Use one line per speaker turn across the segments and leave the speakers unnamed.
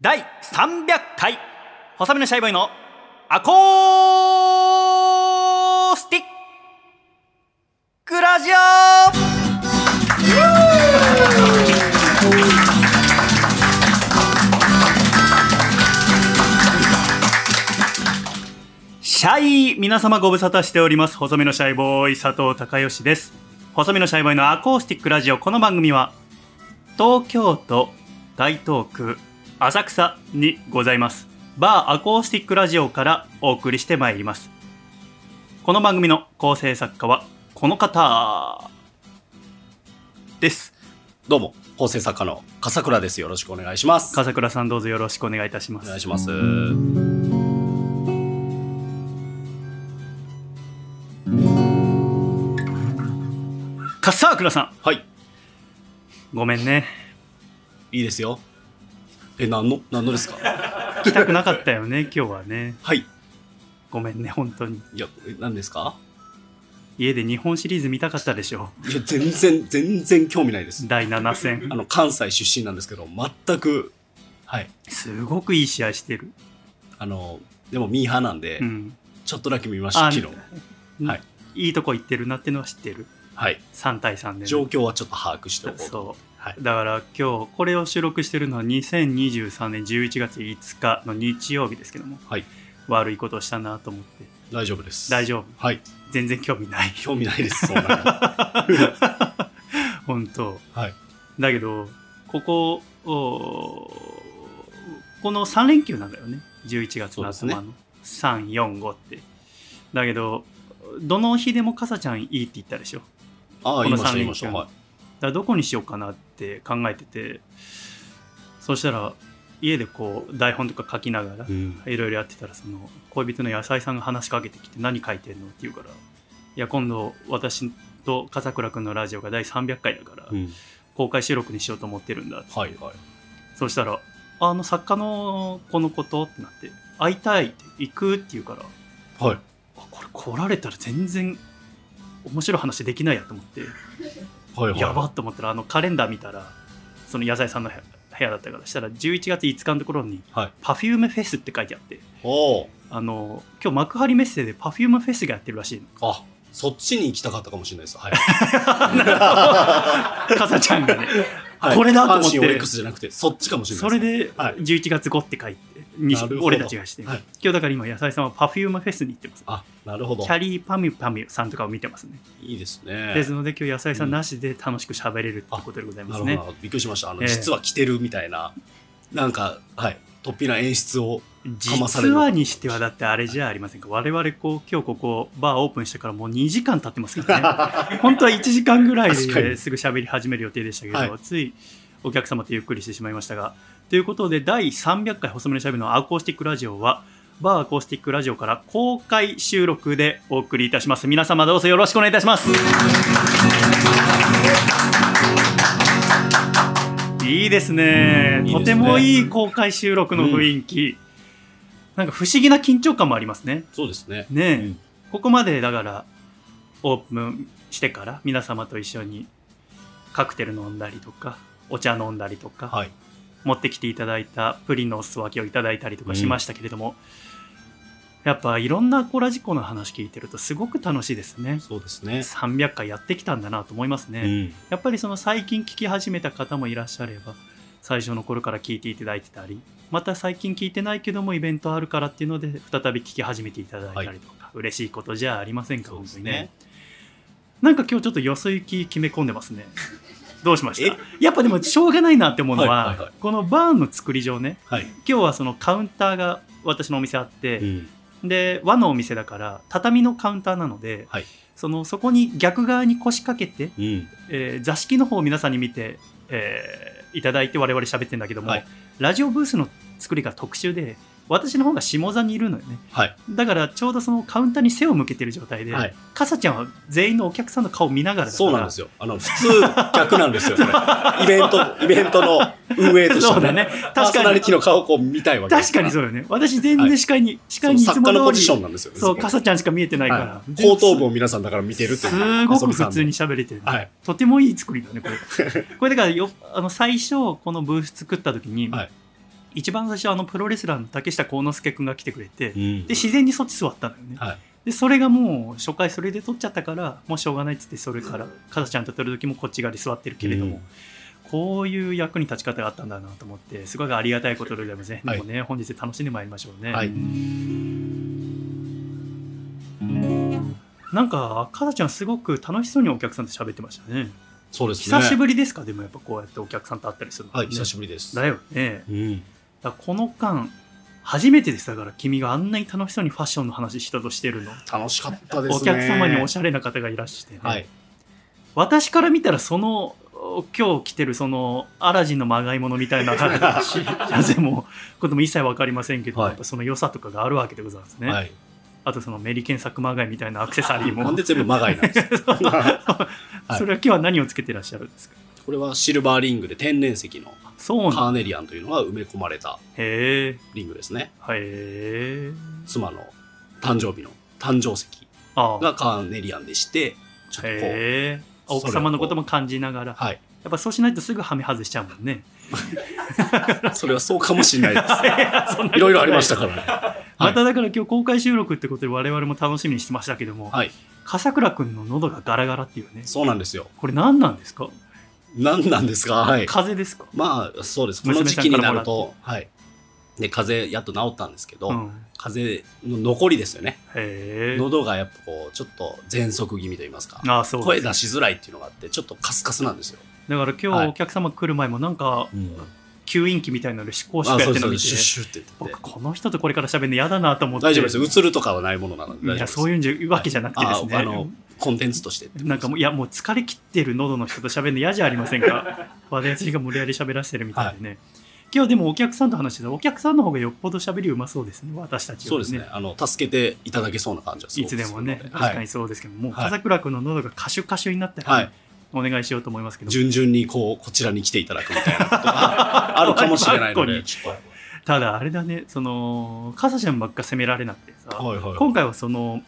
第300回細身のシャイボーイのアコースティックラジオシャイ皆様ご無沙汰しております細身のシャイボーイ佐藤孝義です細身のシャイボーイのアコースティックラジオこの番組は東京都台東区浅草にございますバーアコースティックラジオからお送りしてまいりますこの番組の構成作家はこの方です
どうも、構成作家の笠倉です。よろしくお願いします。
笠倉さんどうぞよろしくお願いいたしま
お
す
願いします。
笠倉さん
はい、
ごめんね
いいですよ。え、なんのなんので すか
来たくなかったよね 今日はね
はい。
ごめんね本当に
いや、え何ですか
家で日本シリーズ見たかったでしょ
いや、全然、全然興味ないです。
第7戦
あの、関西出身なんですけど、全く、はい。
すごくいい試合してる
あの、でもミーハーなんで、
うん
ちょっとだけ見ました、
あ
昨日。はい
いいとこ行ってるなってのは知ってる
はい。
3対3でね、
状況はちょっと把握しておこうと。
そう
はい。
だから今日これを収録してるのは2023年11月5日の日曜日ですけども、
はい
悪いことをしたなと思って
大丈夫です。
大丈夫
夫。はい。
全然興味ない
興味ないです、そんな
本当
のはい。
だけどここおーこの3連休なんだよね11月の頭の、345ってだけどどの日でもかさちゃんいいって言ったでしょ
ああ、
こ
言い
の
ました、
三
言い
連
まし
休
た。はい。
だからどこにしようかなって考えててそしたら家でこう台本とか書きながら
うん。
いろいろやってたらその恋人の野菜さんが話しかけてきて何書いてんのって言うからいや今度私と笠倉君のラジオが第300回だから
うん
公開収録にしようと思ってるんだって、
はい、はい。
そしたらあの作家の子のことってなって会いたいって行くって言うから
はい。
あこれ来られたら全然面白い話できないやと思って
はい、はい。
やばっと思ったらあのカレンダー見たらその野菜さんの部屋部屋だったからしたら11月5日のところに
はい
「パフュームフェス」って書いてあって。
おお。
あの今日幕張メッセでパフュームフェスがやってるらしいの
あ、そっちに行きたかったかもしれないです。はい。
かさちゃんがね、
はい
これだと思っ
阪神オリッ
て
クスじゃなくて、そっちかもしれな
そ
いで
れ
すね。
で
はい
11月5って書いて、に
なるほど
俺たちがして、
はい
今日だから今野菜さんはパフュームフェスに行ってます
あ、なるほど
キ。ャリーパミュパミュさんとかを見てますね、
いいですね。
ですので今日野菜さんなしで楽しく喋れるってことでございます
なるほどな
ね
る、ほど。びっくりしました。あの、
ええ
実は着てるみたいな、なんか、はい。突飛な演出 を。かまされ
実
る
はにしてはだってあれじゃありませんか我々こう今日ここバーオープンしてからもう2時間経ってますからね本当は1時間ぐらい
確か
で
に
すぐ喋り始める予定でしたけど、
はい
ついお客様とゆっくりしてしまいましたがということで第300回細めのしゃべりのアコースティックラジオはバーアコースティックラジオから公開収録でお送りいたします皆様どうぞよろしくお願いいたしますいいですね
うんいいですね
とてもいい公開収録の雰囲気、なんか不思議な緊張感もありますね。
そうですね。
ねえ、
うん
ここまでだからオープンしてから皆様と一緒にカクテル飲んだりとかお茶飲んだりとか、
はい。
持ってきていただいたプリンのお裾分けをいただいたりとかしましたけれども、やっぱいろんなコラジコの話聞いてるとすごく楽しいですね。
そうですね。
300回やってきたんだなと思いますね。
うん。
やっぱりその最近聞き始めた方もいらっしゃれば最初の頃から聞いていただいてたりまた最近聞いてないけどもイベントあるからっていうので再び聞き始めていただいたりとか、嬉しいことじゃありませんか
そうです
本当にね
ね。
なんか今日ちょっとよそ行き決め込んでます ねどうしましたやっぱでもしょうがないなって思うのは、
はいはいはい
このバーンの作り上ね
はい。
今日はそのカウンターが私のお店あって、
うん。
で和のお店だから畳のカウンターなので、
はい
そのそこに逆側に腰掛けて
うん。
えー座敷の方を皆さんに見て、えーいただいて我々喋ってるんだけども、
はい
ラジオブースの作りが特殊で私の方が下座にいるのよね
はい。
だからちょうどそのカウンターに背を向けてる状態で、
はい。
かさちゃんは全員のお客さんの顔見ながらだから
そうなんですよ。あの、普通、逆なんですよ、これ。イベン ト、イベントの運営と し
そ
て
うだ
ね。
ね
パー
確
ソナ
かに
リティの顔をこう見たいわけ
確かに
そ
そうよね私全然視界に、視界にいつ
作家の
も
ポ
通
ジショ
り
ンなんですよね。
そう
こ
かさちゃんしか見えてないから、
はい後頭部を皆さんだから見てるっていう。
すごく
遊びさ
普
んの
通に喋れてる、
はい。
とて もいい作りだねこれこれだからよあの最初このブース作った時に、
はい
一番最初はあのプロレスラーの竹下幸之助君が来てくれて、で
で
自然にそっち座ったのよね、
はい
でそれがもう初回それで撮っちゃったからもうしょうがないっつってそれからかさちゃんと撮る時もこっち側で座ってるけれども、
うん
こういう役に立ち方があったんだなと思ってすごいありがたいことでございますね、
はい
でもね本日楽しんでまいりましょうね、
はい
なんかかさちゃんすごく楽しそうにお客さんと喋ってましたね
そうですね
久しぶりですかでもやっぱこうやってお客さんと会ったりするの
はい久
ぶ
しぶりです
だよね
うん
だからこの間初めてですだから君があんなに楽しそうにファッションの話したとしてるの
楽しかったですね
お客様におしゃれな方がいらっしゃってね、
はい
私から見たらそのお今日着てるそのアラジンのまがいものみたいな感じでもことも一切わかりませんけど、
はい
やっぱその良さとかがあるわけでございますね、
はい
あとそのメリケン作まがいみたいなアクセサリーも
なんで全部まがいなんですか はい
それは今日は何をつけてらっしゃるんですか
これはシルバーリングで天然石の
そうなん
カーネリアンというのが埋め込まれた
へえ
リングですね
はいへえ
妻の誕生日の誕生石
ああ
がカーネリアンでしてちょっとこう
へえ
それをこう
奥様のことも感じながらや
はい
っぱそうしないとすぐはめ外しちゃうもんね
それはそうかもしれない
い
で
や そんなことな
す いろいろありましたからねはい
まただから今日公開収録ってことで我々も楽しみにしてましたけども、
はい
笠倉君の喉がガラガラっていうね
そうなんですよ
これ何なんですか
何なんですかはい
風邪ですか、
まあそうですこの
娘
時
さん
期に
から
な
もら
る
って
とはいで風邪やっと治ったんですけど、
うん、
風邪の残りですよね
へえ
喉がやっぱこうちょっと喘息気味と言いますか
ああそう
声
です
出しづらいっていうのがあってちょっとカスカスなんですよ、
だから今
は
日
い
お客様来る前もなんか吸引器みたいなので思考
あ
し
そう
てや
そ
って
う
る
そ
の
う
見て
シュッシュって言って
僕この人とこれから喋るの嫌だなと思って
大丈夫ですよ映るとかはないものなので
いや
大丈夫です
そういうんじゃわけじゃなくてですね
ああのコンテンツとしてって
なんかもういやもう疲れ切ってる喉の人と喋るの嫌じゃありません か話題釣りが無理やり喋らせてるみたいでね、今日でもお客さんと話してたらお客さんの方がよっぽど喋りうまそうですね私たちよ
そう
り
ですねあの助けていただけそうな感じはす
い
ご
つ
くする
で
の
もね、確か
は
に
い、
そうですけども、
はい
笠倉君の喉がカシュカシュになったら、
はい、
お願いしようと思いますけど、
順々にこうこちらに来ていただくみたいなことがあるかもしれない の
バッコ
で
にただあれだね、その、笠ちゃんばっか責められなくてさ、
はいはい
今回はその、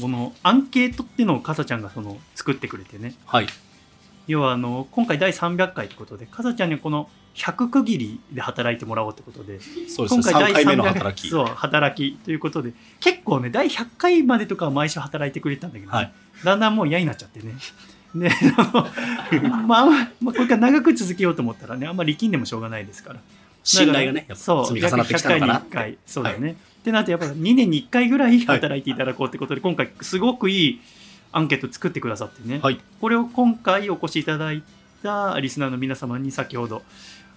このアンケートっていうのを笠ちゃんがその作ってくれてね、
はい
要はあの、今回第300回ってことで、笠ちゃんにはこの100区切りで働いてもらおうってことで、
そうです
今
ね
回第300
3回目の働き
そう働きということで結構ね第100回までとかは毎週働いてくれてたんだけど、ね
はい
だんだんもう嫌になっちゃってねであの まああんま、まあ、これから長く続けようと思ったらねあんまり力んでもしょうがないですから
信頼がねやっぱ
そう
積み重なってきたのかな
約100回に1回そうだよね、ってなってやっぱ2年に1回ぐらい働いていただこうってことで、今回すごくいいアンケート作ってくださってね、
はい
これを今回お越しいただいたリスナーの皆様に先ほど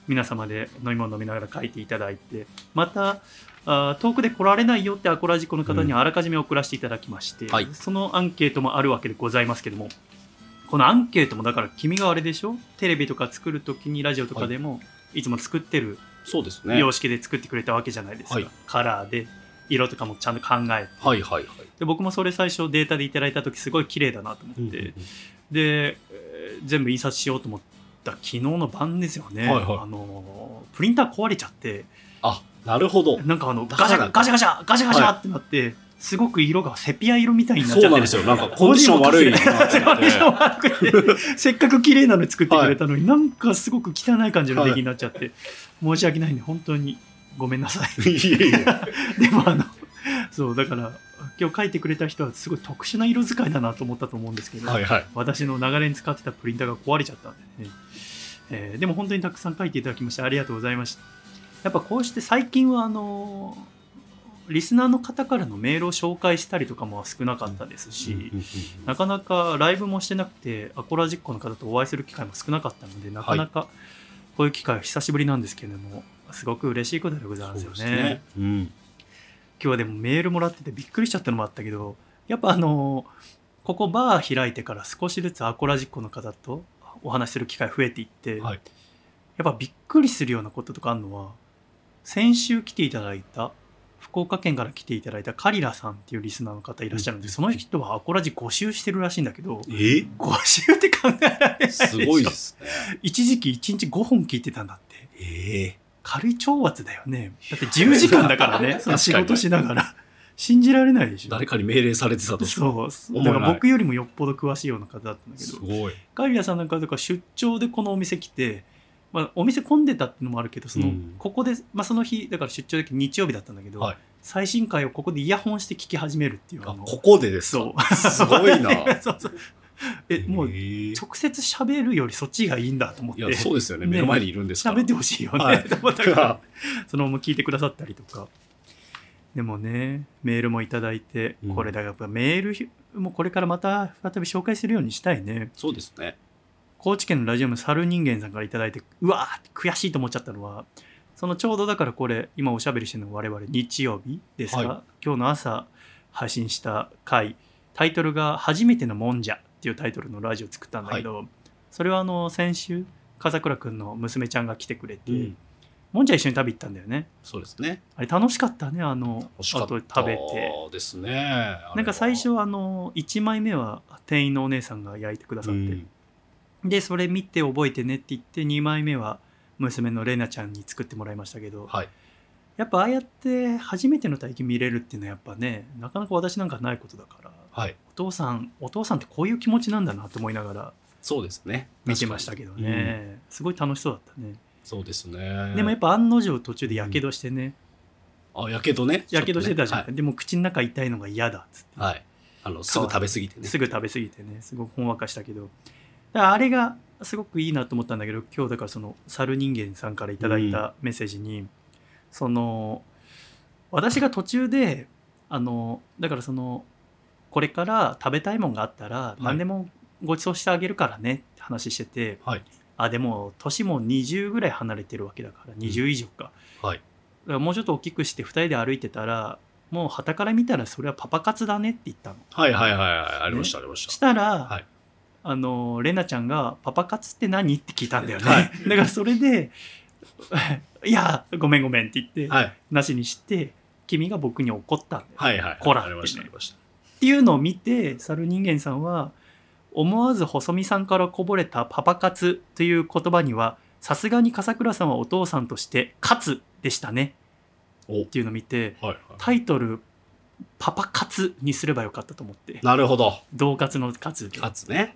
皆様で飲み物飲みながら書いていただいてまたあー遠くで来られないよってアコラジコの方にあらかじめ送らせていただきまして、
はい
そのアンケートもあるわけでございますけどもこのアンケートもだから君があれでしょテレビとか作るときにラジオとかでもいつも作ってる
そうですね
様式で作ってくれたわけじゃないですか、
はい
カラーで色とかもちゃんと考えて
はいはいはい
で僕もそれ最初データでいただいた時すごい綺麗だなと思って、
うんうんうん
で、えー全部印刷しようと思った昨日の晩ですよね、
はいはい
あのープリンター壊れちゃって
あなるほど
なんかあの
だ
ガ
か
シ
ら
ャガシャガシャガシャガシャ
は
ってなって、すごく色がセピア色みたいになっち
そ
ゃっ
うなん
て
ですよなんかコンディション悪いなっ て
コンディション悪くてせっかく綺麗なの作ってくれたのに、なんかすごく汚い感じの出来になっちゃって、申し訳ないね本当にごめんなさい
いえいえ
でもあのそうだから今日書いてくれた人はすごい特殊な色使いだなと思ったと思うんですけど、
はいはい
私の流れに使ってたプリンターが壊れちゃったんでね、えーでも本当にたくさん書いていただきましてありがとうございましたやっぱこうして最近はあのリスナーの方からのメールを紹介したりとかも少なかったですし、なかなかライブもしてなくてアコラジッコの方とお会いする機会も少なかったのでなかなかこういう機会は久しぶりなんですけれどもすごく嬉しいことでございます
そう
よ
で
ね
すねうん
今日はでもメールもらっててびっくりしちゃったのもあったけどやっぱあのここバー開いてから少しずつアコラジッコの方とお話しする機会増えていって、
はい
やっぱびっくりするようなこととかあるのは先週来ていただいた福岡県から来ていただいたカリラさんっていうリスナーの方いらっしゃるんで、
うん
その人はアコラジ5周してるらしいんだけど
え
5周って考えられないでしょ
すごいで すね
一時期1日5本聞いてたんだって
ええ
軽い懲罰だよねだって10時間だからねその仕事しながら信じられないでしょ
誰かに命令されてたとしか
そう
思
だ
えない
から僕よりもよっぽど詳しいような方だったんだけ
す
ど
ごい
カリラさんなんかとか出張でこのお店来て、ままあ、お店混んでたってのもあるけどその、
うん
ここで、まあ、その日だから出張で日曜日だったんだけど、
はい
最新回をここでイヤホンして聞き始めるっていうあ
あ
の
ここでです
そ
か。すごいな。
うそうそう えもう
へー
直接喋るよりそっちがいいんだと思っ
い
て
や、そうですよね。
ね
目の前にいるんですから。
喋ってほしいよね、
はい
と思ったからそのまま聞いてくださったりとかでもねメールもいただいて、
うん
これだからやっぱメールひもうこれからまた再び紹介するようにしたいね
そうですね。
高知県のラジオム猿人間さんからいただいてうわー悔しいと思っちゃったのはそのちょうどだからこれ今おしゃべりしてるのが我々日曜日ですか、
は
今日の朝配信した回タイトルが「初めてのもんじゃ」っていうタイトルのラジオ作ったんだけど、それはあの先週笠倉くんの娘ちゃんが来てくれて、
うん。
もんじゃ一緒に食べ行ったんだよね
そうですね。
あれ楽しかったねあの
欲しか
あ
った
と食べて
ですね。あれは
なんか最初あの1枚目は店員のお姉さんが焼いてくださ
う
って、
ん
でそれ見て覚えてねって言って2枚目は娘の玲奈ちゃんに作ってもらいましたけど
はい。
やっぱああやって初めての体験見れるっていうのはやっぱねなかなか私なんかないことだから
はい。
お父さんお父さんってこういう気持ちなんだなと思いながら
そうですね。
見てましたけど
確かに。うん
ね、すごい楽しそうだったね、
そうですね。
でもやっぱ案の定途中でやけどしてね
あ、やけどね。
やけどしてたじゃん、
ちょっとね
でも口の中痛いのが嫌だっつって、
はい。はい。あの、すぐ食べ過ぎてね。
すぐ食べ過ぎてねすごくほんわかしたけどだからあれがすごくいいなと思ったんだけど今日だからその猿人間さんからいただいたメッセージに、その私が途中であのだからそのこれから食べたいもんがあったら
い
何でもご馳走してあげるからねって話してて、
はい。
あでも年も20ぐらい離れてるわけだから20以上か、
はい。
だからもうちょっと大きくして2人で歩いてたらもう傍から見たらそれはパパ活だねって言ったの。
はいはいはいはい。ありました、ありまし
したら、
はい
あのレナちゃんが「パパ活って何?」って聞いたんだよね、
はい
だからそれで「いやごめんごめん」って言って、
た。はい。
なしにして君が僕に怒ったんだよ、
はいはい。
こら
ありました、ありました。
っていうのを見て猿人間さんは思わず細見さんからこぼれた「パパ活」という言葉にはさすがに笠倉さんはお父さんとして「勝つ」でしたね
お
っていうのを見て
はいはい。
タイトル「パパ活」にすればよかったと思って
なるほど。
同活の活で
かつね。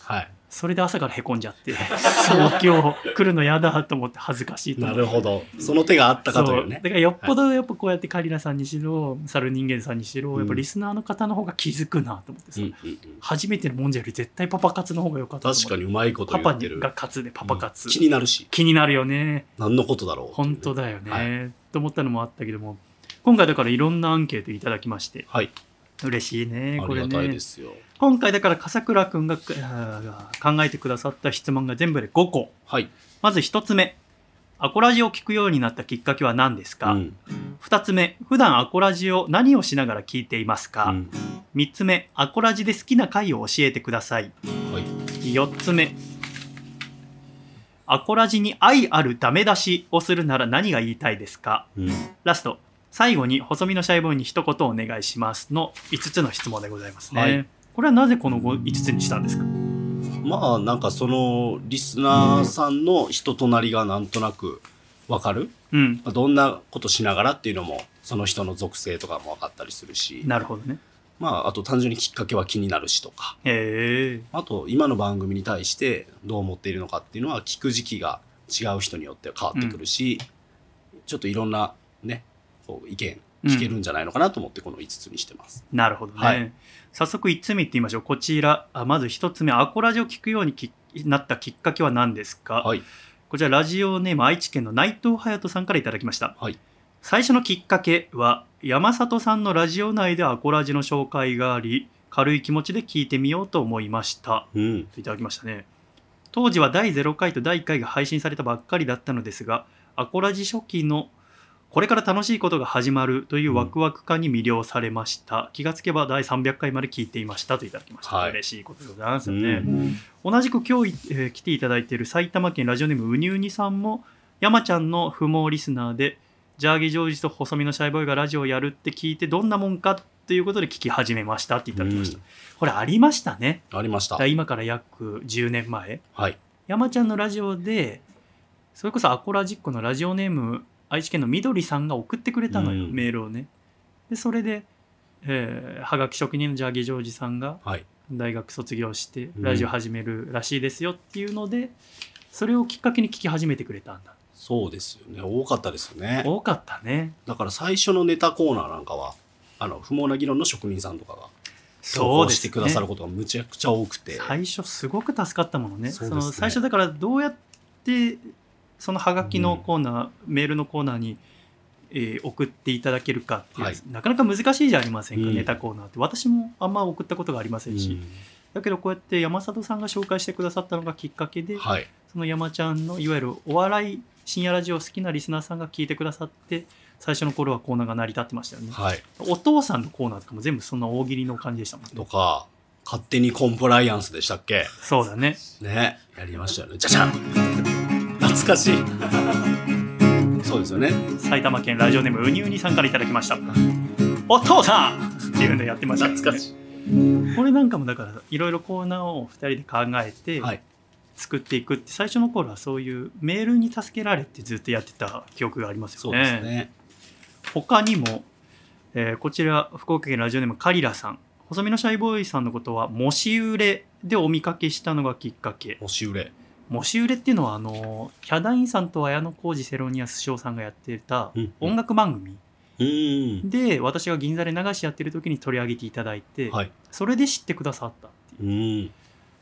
はい。
それで朝からへこんじゃって そう今日来るのやだと思って恥ずかしいと
な
思って
るほど。その手があったかと
そ
いう
うだ
ね。
からよっぽどやっぱこうやってカリラさんにしろ猿人間さんにしろやっぱリスナーの方の方が気づくなと思って
う
さ、
んうんうん
初めてのもんじゃより絶対パパ活の方が良かったと思
確
う
かにうまいこと言
パ
っ
パ
てる。
が勝つでパパ活、
うん気になるし、
気になるよね
何のことだろう。
本当。だよね、
は
と思ったのもあったけども今回だからいろんなアンケートいただきまして
はい。
嬉しいね
あ
こ
り
れ
がたい
ね
ですよ。
今回だから笠倉くんがあー考えてくださった質問が全部で5個
はい。
まず1つ目アコラジを聞くようになったきっかけは何ですか、
うん
2つ目普段アコラジを何をしながら聞いていますか、
うん
3つ目アコラジで好きな回を教えてください
はい。
4つ目アコラジに愛あるダメ出しをするなら何が言いたいですか
うん
ラスト最後に細身のシャイボーイに一言お願いしますの5つの質問でございますね、
はい
これはなぜこの5つにしたんですか
まあなんかそのリスナーさんの人となりがなんとなくわかる、
うん
まあどんなことしながらっていうのもその人の属性とかも分かったりするし
なるほどね
まああと単純にきっかけは気になるしとか
へえ
あと今の番組に対してどう思っているのかっていうのは聞く時期が違う人によって変わってくるし、ちょっといろんなねこう意見聞けるんじゃないのかなと思ってこの5つにしてます。
なるほどね、
はい
早速1つ目いってみましょうこちらあまず1つ目アコラジを聞くようにきなったきっかけは何ですか、
はい
こちらラジオネーム愛知県の内藤隼人さんからいただきました、
はい
最初のきっかけは山里さんのラジオ内でアコラジの紹介があり軽い気持ちで聞いてみようと思いました
うん
といただきましたね当時は第0回と第1回が配信されたばっかりだったのですがアコラジ初期のこれから楽しいことが始まるというワクワク感に魅了されました、気がつけば第300回まで聞いていましたといただきました、
はい
嬉しいことでございます
う
よね、
ん
同じく今日、えー来ていただいている埼玉県ラジオネームうにうにさんも山ちゃんの不毛リスナーでジャーギジョージと細身のシャイボーイがラジオをやるって聞いてどんなもんかっていうことで聞き始めましたっていただきました、これありましたね
ありました
だから。今から約10年前
はい。
山ちゃんのラジオでそれこそアコラジックのラジオネーム愛知県のみどりさんが送ってくれたのよ、
うん
メールをねでそれで、えー、はがき職人のジャーギジョージさんが
はい。
大学卒業してラジオ始めるらしいですよっていうので、それをきっかけに聞き始めてくれたんだ
そうですよね多かったですよね
多かったね
だから最初のネタコーナーなんかはあの不毛な議論の職人さんとかが
そう
投稿
で
して
す
くださる
ね
ことがむちゃくちゃ多くて、
最初すごく助かったものね
そう
そ
ですね
の最初だからどうやってそのハガキのコーナー、メールのコーナーに、えー送っていただけるかっていう、
はい
なかなか難しいじゃありませんか、
うん
ネタコーナーって私もあんま送ったことがありませんし、
う
だけどこうやって山里さんが紹介してくださったのがきっかけで、
んはい
その山ちゃんのいわゆるお笑い深夜ラジオ好きなリスナーさんが聞いてくださって最初の頃はコーナーが成り立ってましたよね
はい
お父さんのコーナーとかも全部そんな大喜利の感じでしたもん
と
ね
か勝手にコンプライアンスでしたっけ
そうだね
ねやりましたよねじゃじゃん懐かしい そうですよね
埼玉県ラジオネームうにうにさんからいただきましたお父さんっていうのやってました、ね、
懐かし
これなんかもだからいろいろコーナーを2人で考えて
いはい
作っていくって最初の頃はそういうメールに助けられてずっとやってた記憶があります
そ
よ
う
ね
ですね
他にも、えーこちら福岡県ラジオネームカリラさん細身のシャイボーイさんのことは「もし売れ」でお見かけしたのがきっかけ
押し売れ
「もし売れ」っていうのはあのーヒャダインさんと綾小路セロニアス翔さんがやってた音楽番組
うん
で私が銀座で流しやってる時に取り上げていただいて、
はい
それで知ってくださったっていう
うん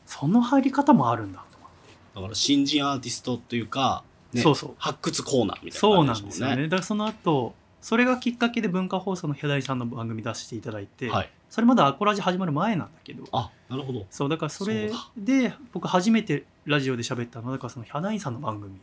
その入り方もあるんだと思って
だから新人アーティストというか、ね、
そうそう
発掘コーナーみたい
そうな
な
ん
感じで
ですす
も
よ
ん
ね
ね。
だからその後それがきっかけで文化放送のヒャダインさんの番組出していただいて、
はい。
それまだアコラジ始まる前なんだけど
あ、なるほど。
そうだからそれ
そうだ
で僕初めてラジオで喋ったのはだからそのヒャダインさんの番組、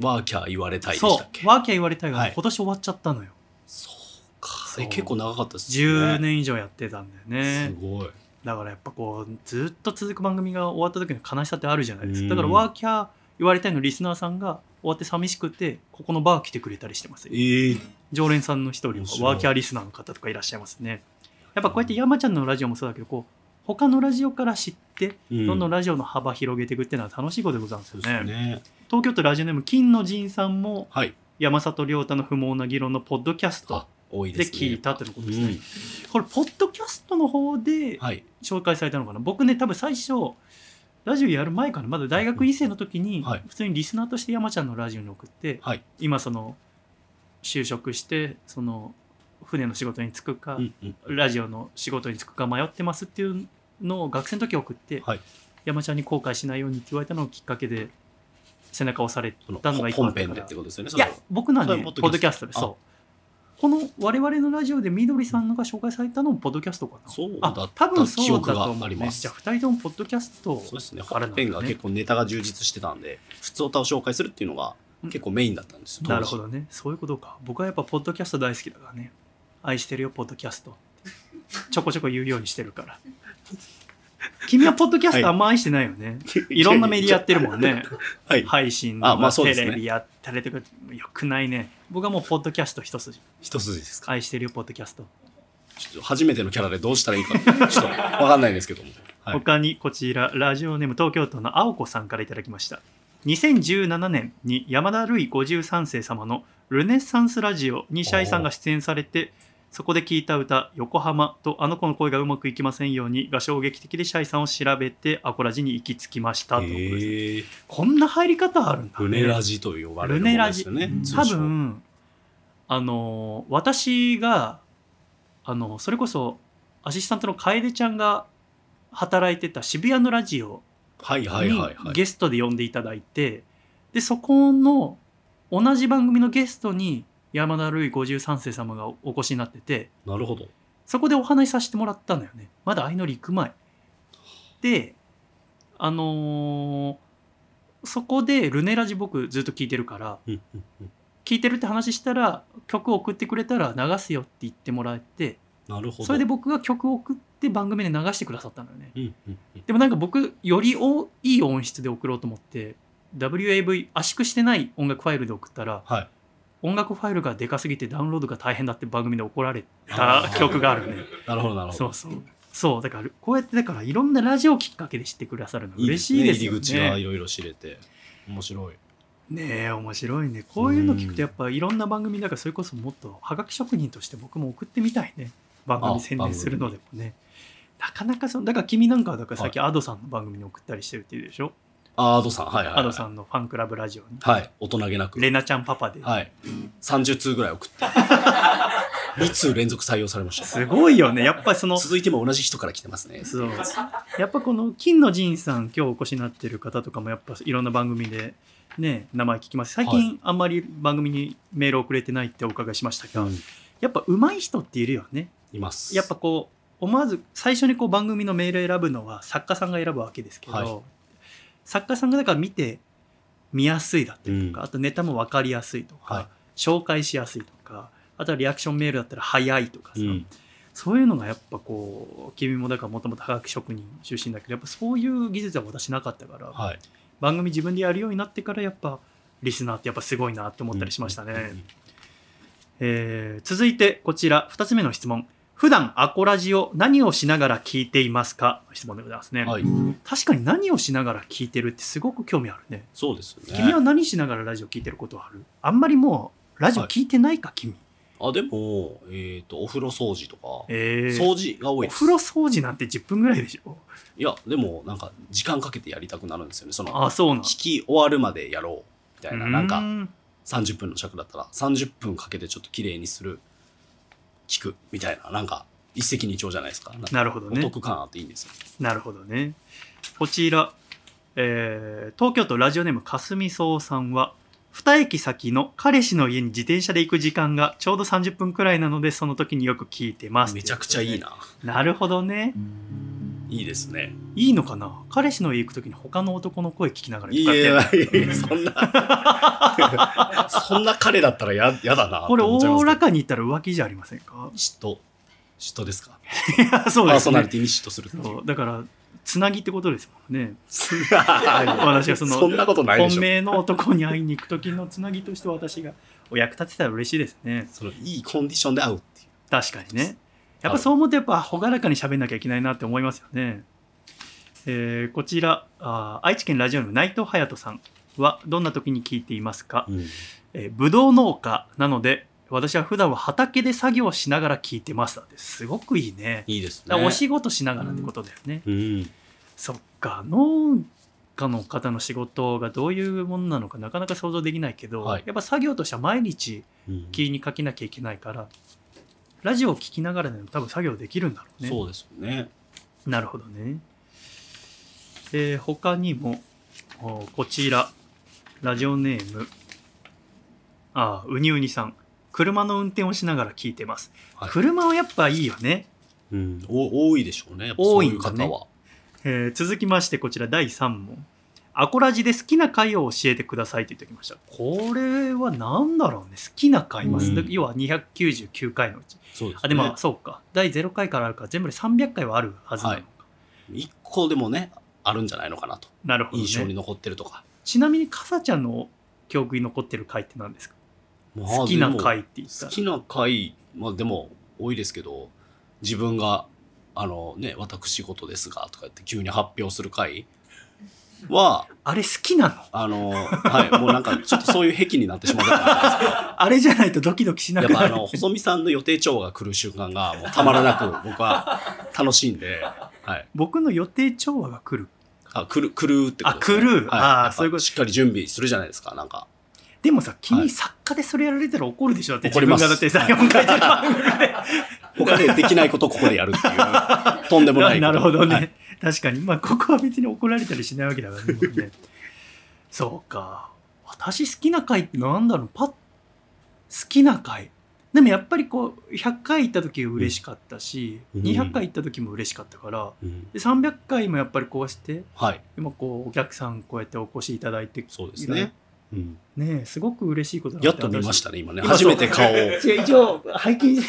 ワーキャー言われたいでした
そ
っけ
うワーキャー言われたいが、
はい
今年終わっちゃったのよ
そうか。
そう
え結構長かったですね。
10年以上やってたんだよね
すごい。
だからやっぱこうずっと続く番組が終わった時の悲しさってあるじゃないです
うん
かだからワーキャー言われたいのリスナーさんが終わって寂しくてここのバー来てくれたりしてますよ
ええ
常連さんの一人
面白い
はワーキャーリスナーの方とかいらっしゃいますねやっぱこうやって山ちゃんのラジオもそうだけどこう他のラジオから知ってどんどん
ん
ラジオの幅広げていくっていうのは楽しいことでございます
そ
よ
うです
ね
ね。
東京都ラジオネーム金の仁さんも
はい。
山里亮太の不毛な議論のポッドキャスト
あ、多いで
です
ね。
聞いたってこと
う
ですね
ん。
これポッドキャストの方で
はい。
紹介されたのかな僕ね多分最初ラジオやる前かなまだ大学院生の時に
はい
普通にリスナーとして山ちゃんのラジオに送って、
はい
今その就職してその船の仕事に就くか、
うんうん。
ラジオの仕事に就くか迷ってますっていうのを学生の時送って、
はい
山ちゃんに後悔しないようにって言われたのをきっかけで背中を押され
その
たのが一個あ
本
ったから
編でってことですよね。
いや
その
僕のは
それ
ね
は
ポッドキャストで
あ
そうこの我々のラジオでみどりさんのが紹介されたのもポッドキャストかな
そうだった
あ多分そうだ
記
と
憶
思
があ
う、
り
ね、
ます
じゃあ2人ともポッドキャストを
そうですね。
あれな
本
んだね
編が結構ネタが充実してたんで、普通歌を紹介するっていうのが
うん
結構メインだったんですよ。
なるほ
ど。
どねそういうことか僕はやっぱポッドキャスト大好きだからね愛してるよポッドキャストちょこちょこ言うようにしてる から君はポッドキャストあんま愛してないよ ね、い、ろんなメディアやってるもんね
はい。
配信
あ
と
まあ
か
そうで
テ
すね
レビやったりとかよくないね僕はもうポッドキャスト一筋
一筋ですか。
愛してるよポッドキャスト
ちょっと初めてのキャラでどうしたらいいか、ちょっとわかんないんですけども。はい。
他にこちらラジオネーム東京都の青子さんからいただきました2017年に山田るい53世様のルネッサンスラジオにシャイさんが出演されてそこで聴いた歌「横浜」と「あの子の恋がうまくいきませんように」が衝撃的でシャイさんを調べてアコラジに行き着きましたということです
えー
こんな入り方あるんだ、ね、
ルネラジと呼ばれ
ル
るも
ネ
の
ラ
で
ジ
すよね。
多
通称。
分あの私があのそれこそアシスタントの楓ちゃんが働いてた渋谷のラジオ
はいはい
に
はいはい。
ゲストで呼んでいただいてでそこの同じ番組のゲストに山田るい53世様がお越しになってて
なるほど。
そこでお話しさせてもらったんだよねまだ相乗り行く前であのーそこでルネラジ僕ずっと聞いてるから
うんうんうん
聞いてるって話したら曲を送ってくれたら流すよって言ってもらって
なるほど。
それで僕が曲を送って番組で流してくださったんだよね
うんうんうん
でもなんか僕よりおいい音質で送ろうと思って WAV 圧縮してない音楽ファイルで送ったら
はい。
音楽ファイルがでかすぎてダウンロードが大変だって番組で怒られ
あ
た
ー
記憶があるね
なるほどなるほ
そ
ど。
うそうそうだからこうやってだからいろんなラジオきっかけで知ってくださるの嬉しいですよね
ね入り口がいろいろ知れて面白い。
ねえ面白いねこういうの聞くとやっぱいろんな番組だからそれこそもっとはがき職人として僕も送ってみたいね番組宣伝するのでもねなかなかそのだから君なんかはだからさっき Ado さんの番組に送ったりしてるっていうでしょ、
あーアドさん、はいはい、はい。
Ado さんのファンクラブラジオに
はい、大人げなく。
レナちゃんパパで、
はい。30通ぐら い送って。2通連続採用されました。
すごいよねやっぱりその
続いても同じ人から来てますね。
そうやっぱこの金の仁さん今日お越しになってる方とかもやっぱいろんな番組でね名前聞きます最
は
近あんまり番組にメール送れてないってお伺いしました
う
が、
ん、
やっぱ上手い人っているよね
います。
やっぱこう思わず最初にこう番組のメール選ぶのは作家さんが選ぶわけですけど、
はい
作家さんがだから見て見やすいだったりとか、
うん
あとネタも分かりやすいとか、
はい
紹介しやすいとかあとはリアクションメールだったら早いとかさ、
うん、
そういうのがやっぱこう君もだからもともとはがき職人出身だけどやっぱそういう技術は私なかったから、
はい。
番組自分でやるようになってからやっぱリスナーってやっぱすごいなって思ったりしましたね。
うん
えー続いてこちら2つ目の質問普段アコラジを何をしながら聞いていますかの質問でございますね、
はい。
確かに何をしながら聞いてるってすごく興味あるね
そうですよね。
君は何しながらラジオ聞いてることはあるあんまりもうラジオ聞いてないか、君
あ、でも、えっ、と、お風呂掃除とか、
えー
掃除が多い
お
です。
風呂掃除なんて10分ぐらいでしょ
いや、でも、なんか、時間かけてやりたくなるんですよね。その、
あそうなん
聞き終わるまでやろう、みたいな。なん
う
か、
ん
30分の尺だったら、30分かけてちょっと綺麗にする、聞く、みたいな。なんか、一石二鳥じゃないですか。なんか
なるほど
お
ね
得感あっていいんですよ。
なるほどねこちら、えー東京都ラジオネームかすみそうさんは2駅先の彼氏の家に自転車で行く時間がちょうど30分くらいなのでその時によく聞いてます
めちゃくちゃいいな。
なるほどね
いいですね。
いいのかな彼氏の家行く時に他の男の声聞きながら
い
行
や
くか
い
って
やいや そんな、そんな 彼だったらややだなって
これ
思っちゃい
大
ま
ら
すけど。
かに言ったら浮気じゃありませんか
嫉妬。嫉妬ですか
いやそう
パ
で
ー
す
ソナ
ね
リティに嫉妬するっていう
そうだからつなぎってことですもんね 私
私
はその
そんなことないでし
本
ょ
命の男に会いに行く時のつなぎとして私がお役立てたら嬉しいですね
そのいいコンディションで会うっていう
確かにねやっぱそう思うとやっぱ朗らかに喋んなきゃいけないなって思いますよね、えーこちらあー愛知県ラジオの内藤隼人さんはどんな時に聞いていますか、えー、ぶどう農家なので私は普段は畑で作業しながら聞いてますだってすごくいいね
いいです
だからお仕事しながらってことだよね、
うん
そっか農家の方の仕事がどういうものなのかなかなか想像できないけど、
はい
やっぱ作業としては毎日
うん
気にかけなきゃいけないからラジオを聞きながらでも多分作業できるんだろうね。
そうですよね
なるほどね。えー他にも、おこちら、ラジオネーム、あーうにうにさん。車の運転をしながら聞いてます。
はい
車はやっぱいいよね。
うんお多いでしょうねやっぱそういう
多いんだ
方
ね
は
えー続きまして、こちら第3問。アコラジで好きな回を教えてくださいって言ってきました。これは何だろうね。好きな回ます。
うん
要は299回のうち。
そうですね
あ、でも、そうか。第0回からあるから、全部で300回はあるはずなのか。
一個でもねあるんじゃないのかなと
なるほど、ね。
印象に残ってるとか
ちなみに、かさちゃんの記憶に残ってる回って何ですか
まあ
好きな
で
回って言
も
った
好
ら。
きな回まあでも多いですけど自分があのね私事ですがとか言って急に発表する回は
あれ好きなの
あのはいもうなんかちょっとそういう癖になってしまったから
あれじゃないとドキドキしな
や
く
っぱ
な
あ
る。
の、細見さんの予定調和が来る瞬間がもうたまらなく僕は楽しいんで、はい。
僕の予定調和が来る。
あ、来る、来るってことですね、
あ来る
は
あ
い
ー
やっぱ
そういうこと
しっかり準備するじゃないですか、なんか。
でもさ、
は
君、
い
作家でそれやられたら怒るでしょだって自
怒り
分
ます
がだってさ、4回転番組で。
他でできないことをここでやるって いう、とんでもないこと。
なるほどね、
はい
確かにまあここは別に怒られたりしないわけだからねもうね そうか私好きな回ってなんだろうパッ好きな回でもやっぱりこう100回行った時嬉しかったし、
うん
200回行った時も嬉しかったから
うん
で300回もやっぱりこうして
はい。
今こうお客さんこうやってお越しいただいて
そうですね。うん
ねえすごく嬉しいことだな
や
っ
ってと見ましたね、今ね。
今
初
そう
めて顔を。
私違う一応拝見いや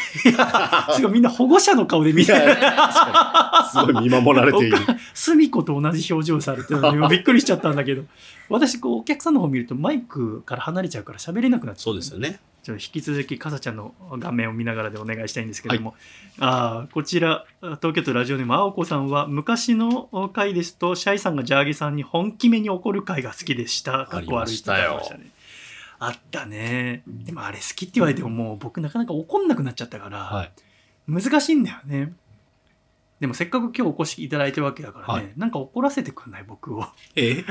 すごいみんな保護者の顔で見
い
てる
や確かにすごい見守られている。
すみこと同じ表情されてるの でびっくりしちゃったんだけど私こうお客さんの方見るとマイクから離れちゃうから喋れなくなっちゃ
そうですよね。
ちょっと引き続きかさちゃんの画面を見ながらでお願いしたいんですけども、あーこちら東京都ラジオネーム青子さんは昔の回ですとシャイさんがジャーゲさんに本気めに怒る回が好きでしたかっこ
ありま
悪いって
した
言
よ
ってましたねあったねでもあれ好きって言われてももう僕なかなか怒んなくなっちゃったから、
はい。
難しいんだよねでもせっかく今日お越しいただいてるわけだからね、
はい
なんか怒らせてくんない僕を
え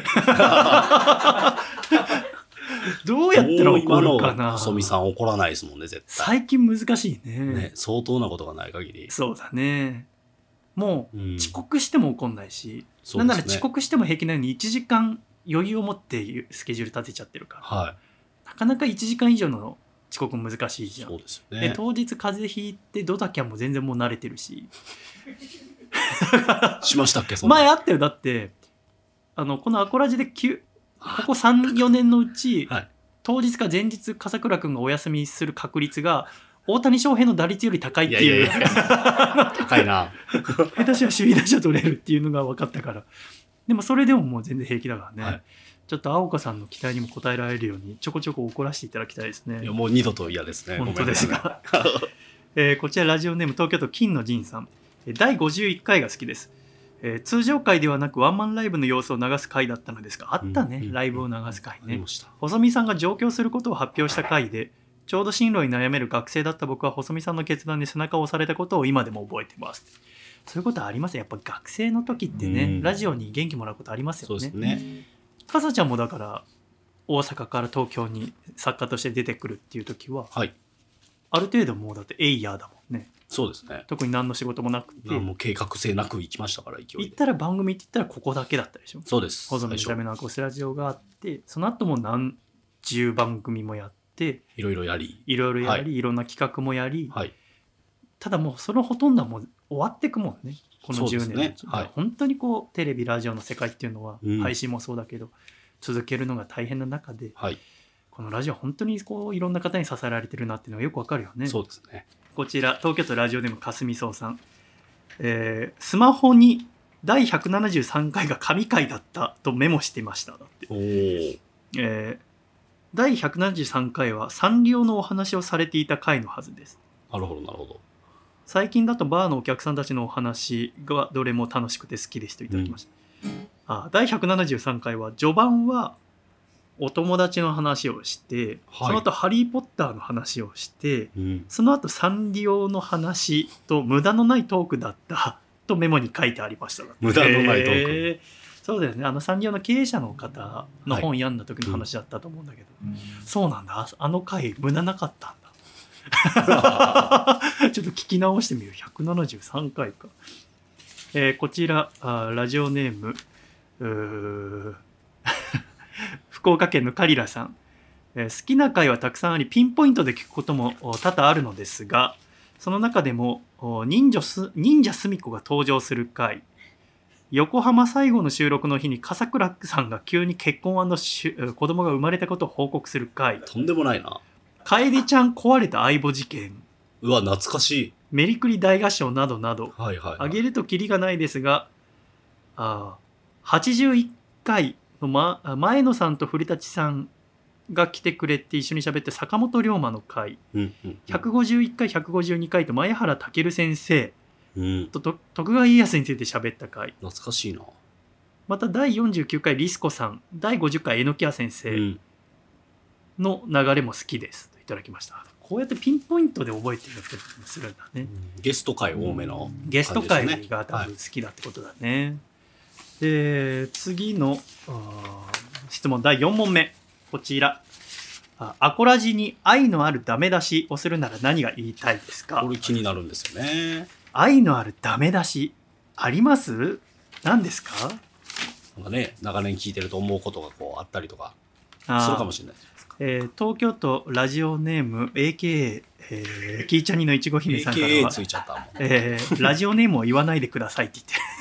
どうやったら怒るか
今の
な
細見さん怒らないですもんね、絶対。
最近難しいね
ね、相当なことがない限り。
そうだねも
うん
う遅刻しても怒んないし、
そうですね
なんなら遅刻しても平気なのに1時間余裕を持ってスケジュール立てちゃってるから
は
なかなか1時間以上の遅刻も難しい
い。
じゃん
そうですよ
で
ね。
当日風邪ひいてドタキャンも全然もう慣れてるし
しましたっけ、そんな
前あったよだってあのこの「アコラジで」急ここ34年のうち、
はい
当日か前日笠倉君がお休みする確率が大谷翔平の打率より高いっ
い
て
やいや
い
いうや、高いな。
下手したら首位打者取れるっていうのが分かったからでもそれでももう全然平気だからね、
はい
ちょっと青香さんの期待にも応えられるようにちょこちょこ怒らせていただきたいですね
いや、もう二度と嫌ですね。
本
ごめ
当
ん
で
なさ
す
いね。
か、 えーこちらラジオネーム東京都金の仁さんえー第51回が好きです、えー通常回ではなくワンマンライブの様子を流す回だったのですがあったね、
うんうん
ライブを流す回
あり
ね
ました。
細見さんが上京することを発表した回でちょうど進路に悩める学生だった僕は細見さんの決断に背中を押されたことを今でも覚えてますそういうことはありますよやっぱ学生の時ってね、
うん
ラジオに元気もらうことあります
そ
よ
うで
ね
すね。
かさちゃんもだから大阪から東京に作家として出てくるっていう時は
はい。
ある程度もうだってエイヤーだもんね
そうですね。
特に何の仕事もなくて
もう計画性なく行きましたから、勢い
行っ
で。
たら番組って言ったらここだけだったでしょ
そうです。
細見のためのアコースラジオがあってその後も何十番組もやって
いろいろやり。
いろいろやり、、
はい
ろんな企画もやり、
はい。
ただもうそのほとんどはもう終わってくもんねこの
そうで
10
す
年
ね
のうち
はい
本当にこうテレビラジオの世界っていうのは、
うん
配信もそうだけど続けるのが大変な中で
はい。
このラジオは本当にこういろんな方に支えられてるなっていうのがよくわかるよね。
そうですね。
こちら、東京都ラジオでもかすみそうさん。えースマホに第173回が神回だったとメモしてました。だって。
おー
えー第173回はサンリオのお話をされていた回のはずです。
なるほど、なるほど。
最近だとバーのお客さんたちのお話がどれも楽しくて好きですといただきました。あ第173回は序盤はお友達の話をして、
はい
その後ハリー・ポッターの話をして、
うん。
その後サンリオの話と無駄のないトークだったとメモに書いてありました。
無駄のないトーク
へーそうですね。あのサンリオの経営者の方の本読んだ時の話だったと思うんだけど、そうなんだ。あの回無駄なかったんだ。 ちょっと聞き直してみよう。173回か。えーこちらあーラジオネームうー 福岡県のカリラさん、えー好きな回はたくさんありピンポイントで聞くこともお多々あるのですがその中でもお忍者す忍者すみこが登場する回横浜最後の収録の日に笠倉さんが急に結婚しゅ子供が生まれたことを報告する回
とんでもないな。
楓ちゃん壊れた相棒事件
うわ、懐かしい。
メリクリ大合唱などなど
はいはい、は
あ
い。
げるとキリがないですが、あー81回の、ま、前野さんと古舘さんが来てくれて一緒に喋って坂本龍馬の回
うんうん
151回152回と前原健先生
うん、うん。
とと徳川家康について喋った回
懐かしいな。
また第49回リスコさん第50回榎谷先
う
生
ん。
の流れも好きですといただきましたこうやってピンポイントで覚えてるってこともするんだね
ゲスト会多めの。
ゲスト
感じで
会
すね
が多分好きだってことだね。で、次のあー質問第4問目。こちら。あアコラジに愛のあるダメ出しをするなら何が言いたいですか
これ気になるんですよね。
愛のあるダメ出しあります何ですか
なんかね、長年聞いてると思うことがこうあったりとか
あー
するかもしれないじゃないですか。
えー東京都ラジオネーム AKA、えー、キーチャニのいちご姫さんから
AKA
は
つ、いちゃったも
えーラジオネームを言わないでくださいって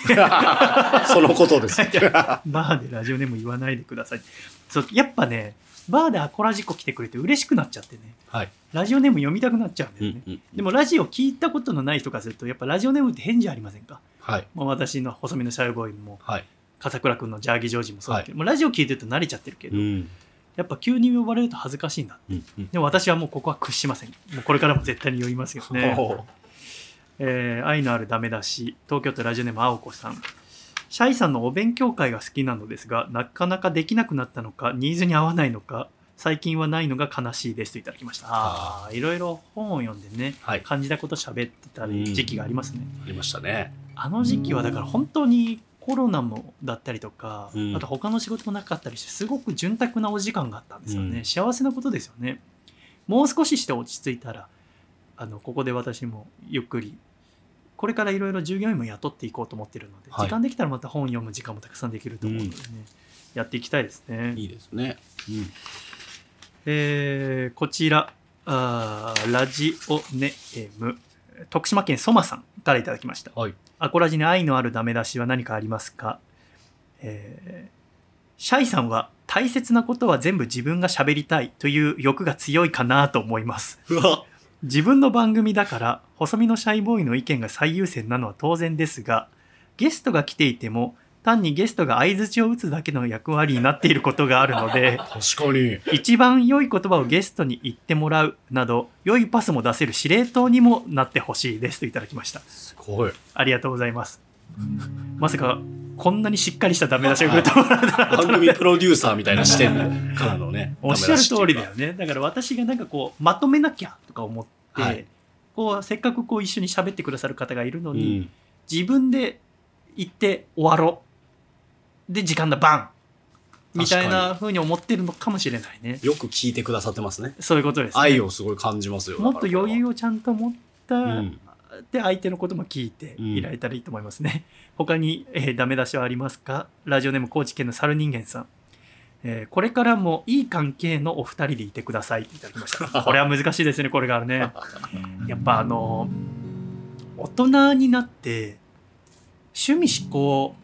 言って
ん。 そのことです。
バーでラジオネーム言わないでください。そう、やっぱね、バーでアコラジコ来てくれて嬉しくなっちゃってね、
はい。
ラジオネーム読みたくなっちゃうんだよね。
うん
でもラジオ聞いたことのない人からすると、やっぱラジオネームって変じゃありませんか。
はい。
もう私の細身のシャイボーイも、
はい。
笠倉君のジャーギージョージもそうだけど、もうラジオ聞いてると慣れちゃってるけど、
ん。
やっぱ急に呼ばれると恥ずかしいんだ。
うんうん。
でも私はもうここは屈しません。もうこれからも絶対に呼びますよ ね。
ほう
えー愛のあるダメ出し東京都ラジオネーム青子さんシャイさんのお勉強会が好きなのですがなかなかできなくなったのかニーズに合わないのか最近はないのが悲しいですといただきましたああいろいろ本を読んでね
はい。
感じたこと喋ってた
うん
時期がありますね、
ありましたね。
あの時期はだから本当にコロナもだったりとか、
うん
あと他の仕事もなかったりしてすごく潤沢なお時間があったんですよね、
うん
幸せなことですよねもう少しして落ち着いたらあのここで私もゆっくりこれからいろいろ従業員も雇っていこうと思ってるので、
はい
時間できたらまた本読む時間もたくさんできると思うのでね、やっていきたいですね
いいですね。うん。
えーこちらあーラジオネーム徳島県ソマさんからいただきました
はい。
アコラジに愛のあるダメ出しは何かありますか、えーシャイさんは大切なことは全部自分が喋りたいという欲が強いかなと思います。
うわ
自分の番組だから、細身のシャイボーイの意見が最優先なのは当然ですが、ゲストが来ていても、単にゲストが相槌を打つだけの役割になっていることがあるので、
確かに。
一番良い言葉をゲストに言ってもらうなど、良いパスも出せる司令塔にもなってほしいですといただきました。
すごい。
ありがとうございます。まさか、こんなにしっかりしたダメ出しをくれた もらえたら
番組プロデューサーみたいな視点からのね。
おっしゃる通り
ダメ出しっていう
だ
か
よね。だから私がなんかこう、まとめなきゃとか思って、
はい
こう、せっかくこう一緒に喋ってくださる方がいるの
う
に、
ん。
自分で行って終わろう。で、時間だ、バンみたいな風に思ってるのかもしれないね。
よく聞いてくださってますね。
そういうことです、ね。
愛をすごい感じますよ。
もっと余裕をちゃんと持った、
うん
で相手のことも聞いていられたらいいと思いますね、 他に、えーダメ出しはありますかラジオネーム高知県の猿人間さん、えーこれからもいい関係のお二人でいてくださいいただきました これは難しいですねこれがあるねやっぱあの大人になって趣味思考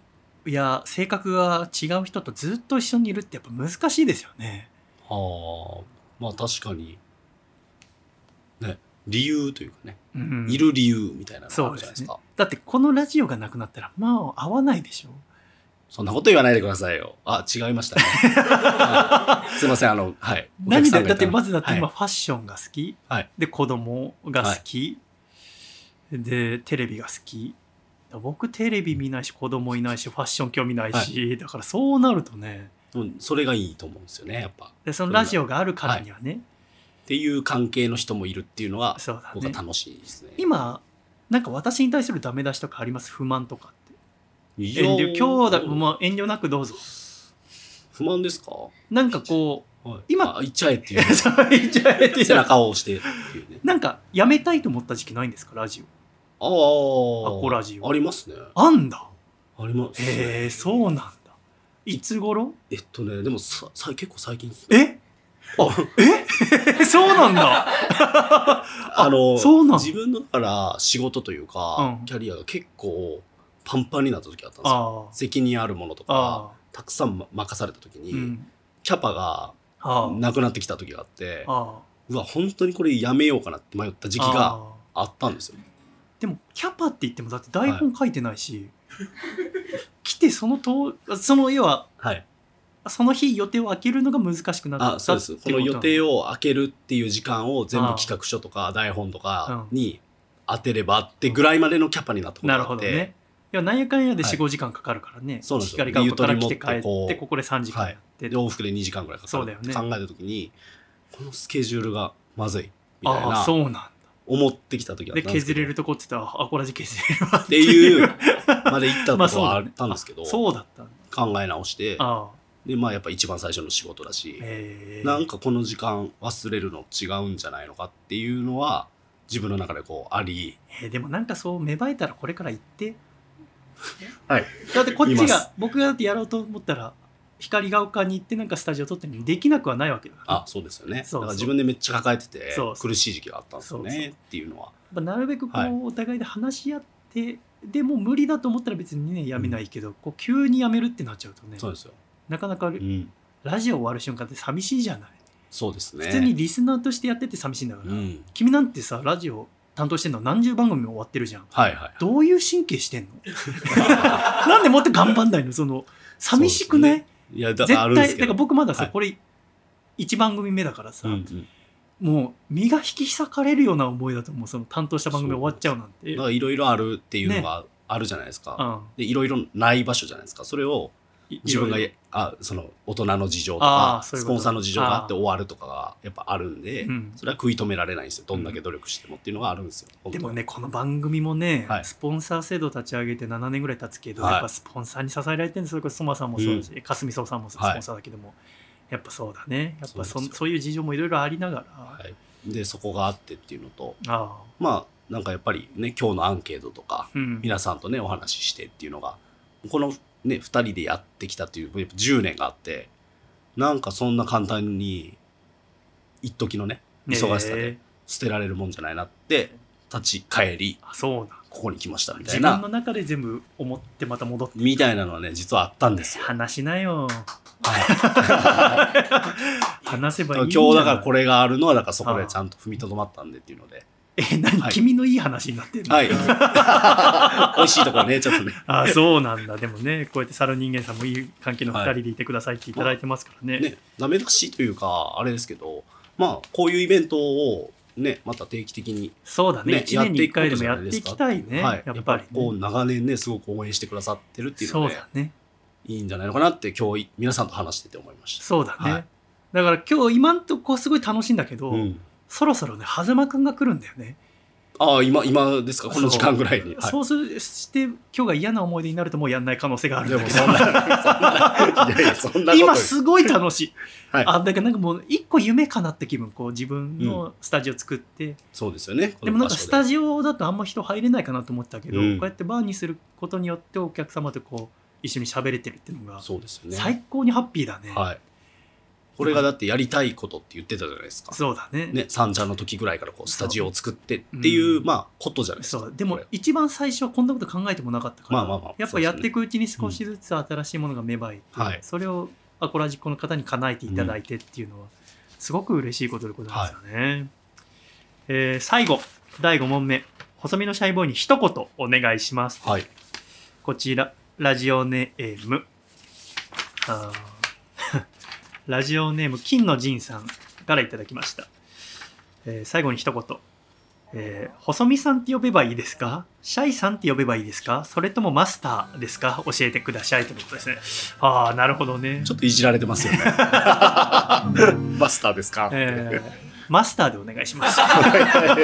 や性格が違う人とずっと一緒にいるってやっぱ難しいですよね
はあ。まあ確かに。ね。理由というかね。
うん
いる理由みたいなのがあるじゃないですか。
だってこのラジオがなくなったらまあ合わないでしょ
そんなこと言わないでくださいよ。あ、違いましたね。はいすいません、あの、はい。
何で
お客さんがいた
だってまずだって今
は
ファッションが好き、
はい
で子供が好き、でテレビが好き僕テレビ見ないし子供いないしファッション興味ないし、だからそうなるとね
いうんそれがいいと思うんですよね、やっぱ。っ
でそのラジオがあるからにはね、
ていう関係の人もいるっていうのは、
そうだ
僕は
ね
楽しいですね。
今なんか私に対するダメ出しとかあります不満とかって
いや
遠
ー
慮今日だ、まあ、遠慮なくどうぞ
不満ですか、
なんかこう
はい、
今
あ言っちゃえっていう。
そう 言っちゃえって
背中を押してっていうね。
なんかやめたいと思った時期ないんですかラジ
ああ。
オアコラジオ
ありますね。
あんだ
あります、
へえそうなんだいつ頃
えっとね、でもさ、さ結構最近ですね。
えあえ そうなん だ
あの、
そうなん
自分のだから仕事というか、
うん
キャリアが結構パンパンになった時あったんですよ。
あ
責任あるものと
あ
か、
あ
たくさんま任された時
ー
に、
うん
キャパが
あー
なくなってきた時があって、
あ
うわ、本当にこれやめようかなって迷った時
時
期があったんですよ。
でもキャパって言ってもだって台本書いてないし、 来てそのとその要は
はい。
その日予定を空けるのが難しくなった
あ、そうです。この予定
を
を開けるっていう時間を全
あ
部
あ
企画書とか台本とかに当てればってぐらいまでのキャパになったことが
なる
あ
ほ
っ
ど
て、
ねいやなんやかんやで
はい
45時間かかるからね、
そうなんですよ
光が丘から
ゆ
来
と
て
り
帰
持って
っ
こ
て
う
ここで3時間やって、
で往復で2時間ぐらいかか
そう
る
だよ
っ
ね
て考えた時に、このスケジュールがまずいみたい
ああ
な
そうなんだ
思ってきた時だっ
で
たんです
削
け
れ
ど
るとこって言ったらあこれで削れるわっ
っていうまで行っ た
まあ
とこ
そう
は
だ
あ
ね
ったんですけど、
そうだったんだ
考え直して
ああ
でまあやっぱ一番最初の仕事だし、
ええ
なんかこの時間忘れるの違うんじゃないのかっていうのは自分の中でこうあり
えーでもなんかそう芽生えたらこれから行って
はい
だってこっ
言
ち
います
が僕がだってやろうと思ったら光が丘に行ってなんかスタジオ撮ってるのにできなくはないわけだから
あそうですよね
そうそう
だから自分でめっちゃ抱えてて
そうそう
苦しい時期があったんですよね
そうそう
っていうのは
やっぱなるべくこ
はいう
お互いで話し合って、でもう無理だと思ったら別にねやめないけど、こう急にやめるってなっちゃうとね
そうですよ、
なかなか
うん、
ラジオ終わる瞬間って寂しいじゃない、
そうですね
普通にリスナーとしてやってて寂しいんだから、
うん
君なんてさラジオ担当してんの何十番組も終わってるじゃん
はいはい
どういう神経してんのなんでもっと頑張んないのその寂しくない、
いやだ
絶
から
対
あるんですけ
だから
ど
僕まださ、
はい
これ1番組目だからさ、
うんうん
もう身が引き裂かれるような思いだと思うその担当した番組終わっちゃうなんて
だからいろいろあるっていうのがあるじゃないですか、
うん
でいろいろない場所じゃないですかそれを
い
自分が
いろい
やあその大人の事情と
あ
か
ーそういう
ス
こと
ポンサーの事情があって終わるとかがやっぱあるんで、
うん
それは食い止められないんですよどんだけ努力してもっていうのがあるんですよ、
ろでも
本
ねこの番組もね、
はい
スポンサー制度立ち上げて7年ぐらい経つけど、
はい
やっぱスポンサーに支えられてるんですそれこそソマさんもそうだし、かすみそうさんもスポ
はい
ンサーだけども、やっぱそうだねやっぱそ
そう
そ
ですよ
ういう事情もいろいろありながら、
当にはい、でそこがあってっていうのと
ああ
まあなんかやっぱりね今日のアンケートとか
うん
皆さんとねお話ししてっていうのがこのね2人でやってきたっていうやっぱ10年があってなんかそんな簡単に一時のね忙しさで
ええ
捨てられるもんじゃないなって立ち返り
あそうなんだ
ここに来ましたみた
自
い
分
な
の中で全部思ってまた戻って
みたいなのはね実はあったんですよ。
話しなよ 話せばいい
今
ん
日
じゃない
だからこれがあるのはだからそこでちゃんと踏みとどまったんでっていうので
え何、
はい
君のいい話になってんの、
はい美味しいところねちょっとね
あそうなんだでもねこうやって猿人間さんもいい関係の2
は
人でいてくださいっていただいてますからね,、
ね、ダメ出しというか、あれですけど、まあ、こういうイベントを、ね、また定期的に、
そうだね
ね、
1年に1回でもや
やっ
っててい
いく
き
ことじ
た
ゃないいですか
ね
はい
やっぱりね、
こう長年ね、すごく応援してくださってるっていう
そ
の
う
で、
だね
いいんじゃないのかなって、今日、皆さんと話してて思いまし
そうだね、
はい
だから今日今んとこすごい楽しいんだけ
た。
ど、
うん、
そろそろね狭間くんが来るんだよね、
ああ、今、今ですか、この時間ぐらいに。はい
そうすして今日が嫌な思い出になるともうやんない可能性があるんだ
で
け
も、
ど
そんな、そん な、いやいや、そんなこと
今すごい楽しい。
はい
あだからなんかもう一個夢かなって気分こう自分のスタジオ作って、
そうですよね。
でもなんかスタ
ジ
ジオだとあんま人入れないかなと思ってたけど、
うん
こうやってバーにすることによってお客様とこう一緒に喋れてるっていうのが
そうですよね。
最高にハッピーだね。
はい。これがだってやりたいことって言ってたじゃないですか。
そうだね
ね、三茶の時ぐらいからこうスタジオを作ってっていう、
うん
まあことじゃないです
そ
か。
うで
こ
も
れ
一番最初はこんなこと考えてもなかったから、
まあまあまあ
やっぱやっていくうちに少しずつ新しいものが芽生えて、
はい
それをアコラジックの方に叶えていただいてっていうのはすごく嬉しいことでございますよね、えー最後第5問目細身のシャイボーイに一言お願いします
はい。
こちらラジオネームあー ラジオネーム金の仁さんからいただきました、えー最後に一言、えー細見さんって呼べばいいですかシャイさんって呼べばいいですかそれともマスターですか教えてくださいということですねああなるほどね
ちょっといじられてます よね。マスターですか、
えーマスターでお願いします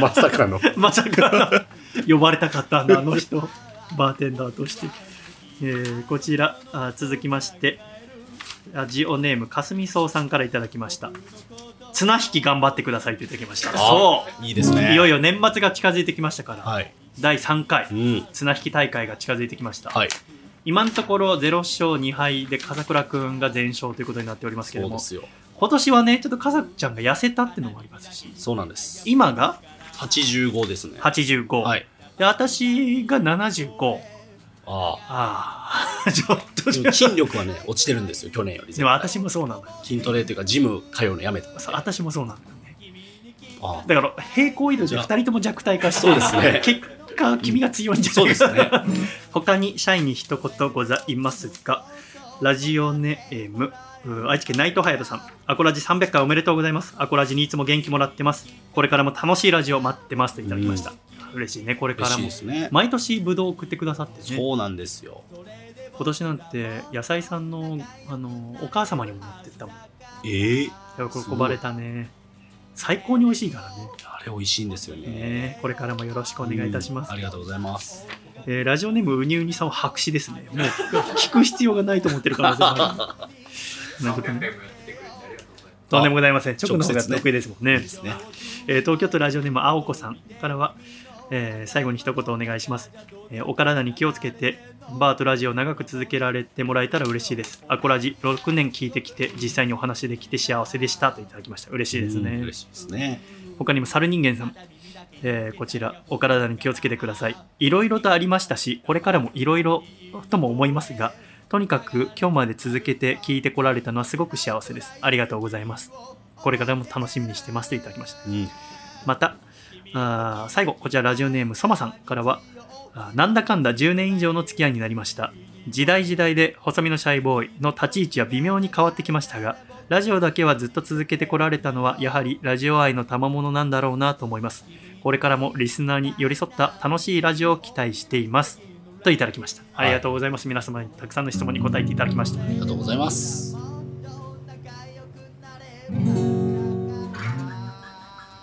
まさかの。
まさかの呼ばれたかったんだあの人バーテンダーとして、えーこちらあ続きましてラジオネームかすみそうさんからいただきました綱引き頑張ってくださいといただきましたそ
いいです
う
ね。
いよい
よ。
よ年末が近づいてきましたから、
はい。
第3回
うん。
綱引き大会が近づいてきました、
はい。
今のところ0勝2敗で笠倉くんが全勝ということになっておりますけれ
そ
ど
うで
も
すよ。
今年はねちょっと笠ちゃんが痩せたってのもありますし
そうなんです。
今が
85ですね。
85、
はい。
で私が75
あ
あ あちょっと
あ。でも筋 力はね、落ちてるんですよ、去年より。
でも私もそうなんだよ
筋トレっていうか、ジム通うのやめてくだ
そ
さ
う
い。
私もそうなんだよね
あ
だから平行移動で2人とも弱体化して
そうですね
結果君が強いんじゃ
そう
ない
ですね。
他に社員に一言ございますかラジオネームうー愛知県内藤隼人さんアコラジ300回おめでとうございますアコラジにいつも元気もらってますこれからも楽しいラジオ待ってますといただきました、嬉しいねこれか
嬉
ら
しい
も
ですね。
毎年ブドウ送ってくださってね
そうなんですよ。
今年なんて野菜さんのあのお母様にも持ってったもん
ええ
喜ばれたね最高に美味しいからね
あれ美味しいんですよね。
ねこれからもよろしくお願いいたします、
うんありがとうございます。
えーラジオネームうにうにさんは白紙ですねもう聞く必要がないと思ってる可能性もあ るなるほどねとんでもございません直の方が得意ですもんね
いいですね。
えー東京都ラジオネーム青子さんからは、えー最後に一言お願いします、えーお体に気をつけてバーとラジオを長く続けられてもらえたら嬉しいですアコラジ6年聞いてきて実際にお話できて幸せでしたといただきました嬉しいですね、
うん嬉しいですね。
他にも猿人間さん、えーこちらお体に気をつけてくださいいろいろとありましたしこれからもいろいろとも思いますがとにかく今日まで続けて聞いてこられたのはすごく幸せですありがとうございますこれからも楽しみにしてますといただきました
うん。
またあー最後こちらラジオネームソマさんからはあーなんだかんだ10年以上の付き合いになりました時代時代で細身のシャイボーイの立ち位置は微妙に変わってきましたがラジオだけはずっと続けてこられたのはやはりラジオ愛の賜物なんだろうなと思いますこれからもリスナーに寄り添った楽しいラジオを期待していますといただきました。
はい
ありがとうございます。皆様にたくさんの質問に答えていただきました。
ありがとうございます。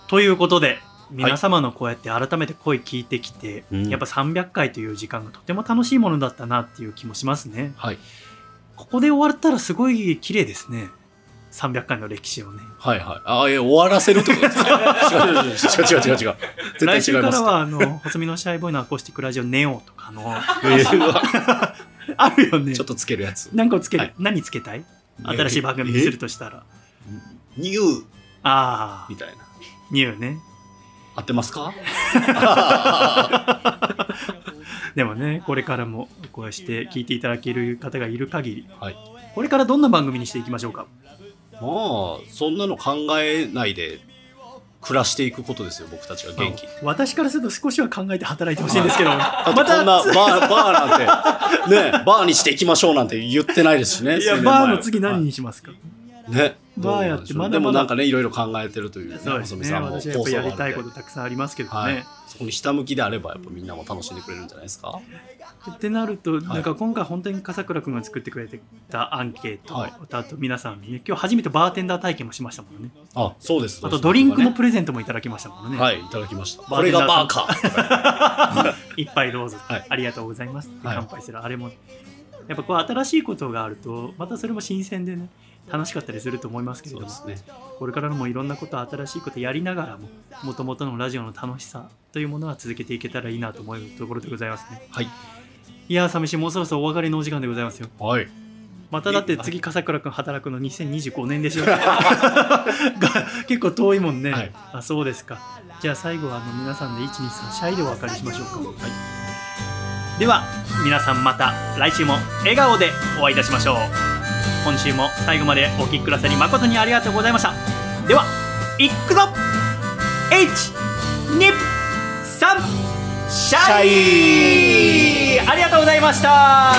ということで、皆様のこうやって改めて声聞いてきて、
うん
やっぱ300回という時間がとても楽しいものだったなっていう気もしますね。
はい。
ここで終わったらすごい綺麗ですね。300回の歴史をね。
はいはい。ああ、いや、終わらせるってことですか違う 違う違う違う違う違う。絶対
来週
違い
か
ま
ら
すか。
は、あ の、細身のシャイボーイのアコースティックラジオネオとかの、
うわ
あるよね
ちょ。っとつけるやつ。
何個つける、
はい
何つけたい 新しい番組にするとしたら。
え。ニュー
ああ
み、たいな。
ニューね。
合ってま すか
でもね、これからもこうして聞いていただける方がいる限り、
はい。
これからどんな番組にしていきましょうか。
まあ、そんなの考えないで暮らしていくことですよ、僕たちは元気に。
まあ私からすると少しは考えて働いてほしいんですけど、
だ
ま
ってこ
た、
んなバー、バーなんて、ね、 バーにしていきましょうなんて言ってないですしね。
いや、
数年前
バーの次何にしますか、
ね。
バーやって
どうな
まだまだ
んでしょうでもなんかね、いろいろ考えてるというね、
そうです
細見
ね。
さんも構
私は
想
やっぱやり
があ
たい
る
こ
の
と
で。
たくさんありますけどね。
はい。そこにひたむきであれば、やっぱみんなも楽しんでくれるんじゃないですか。
ってなると、
い
なんか今回本当に笠倉君が作ってくれてたアンケート、
はい
あと皆さんにね今日初めてバーテンダー体験もしましたもんね
あ、そうです。
あとドリンクも
ね
プレゼントもいただきましたもんね、
はい、いただきました。
バー
こ
テ
れ
ンダ
が
ーさん
バーか。
一杯どうぞ、
はい
ありがとうございますって
はい
乾杯する、あれもやっぱこう新しいことがあるとまたそれも新鮮でね楽しかったりすると思いますけれ
そう
ども
ですね。
これからもいろんなこと新しいことやりながらももともとのラジオの楽しさというものは続けていけたらいいなと思うところでございますね
はい。
いやー寂しいもうそろそろお別れのお時間でございますよ
はい。
まただって次笠倉君働くの2025年でしょ が結構遠いもんね、
はい
あそうですかじゃあ最後はあの皆さんで123シャイでお別れしましょうか、では皆さんまた来週も笑顔でお会いいたしましょう今週も最後までお聴きくださり誠にありがとうございましたではいっくぞ123シャイありがとうございました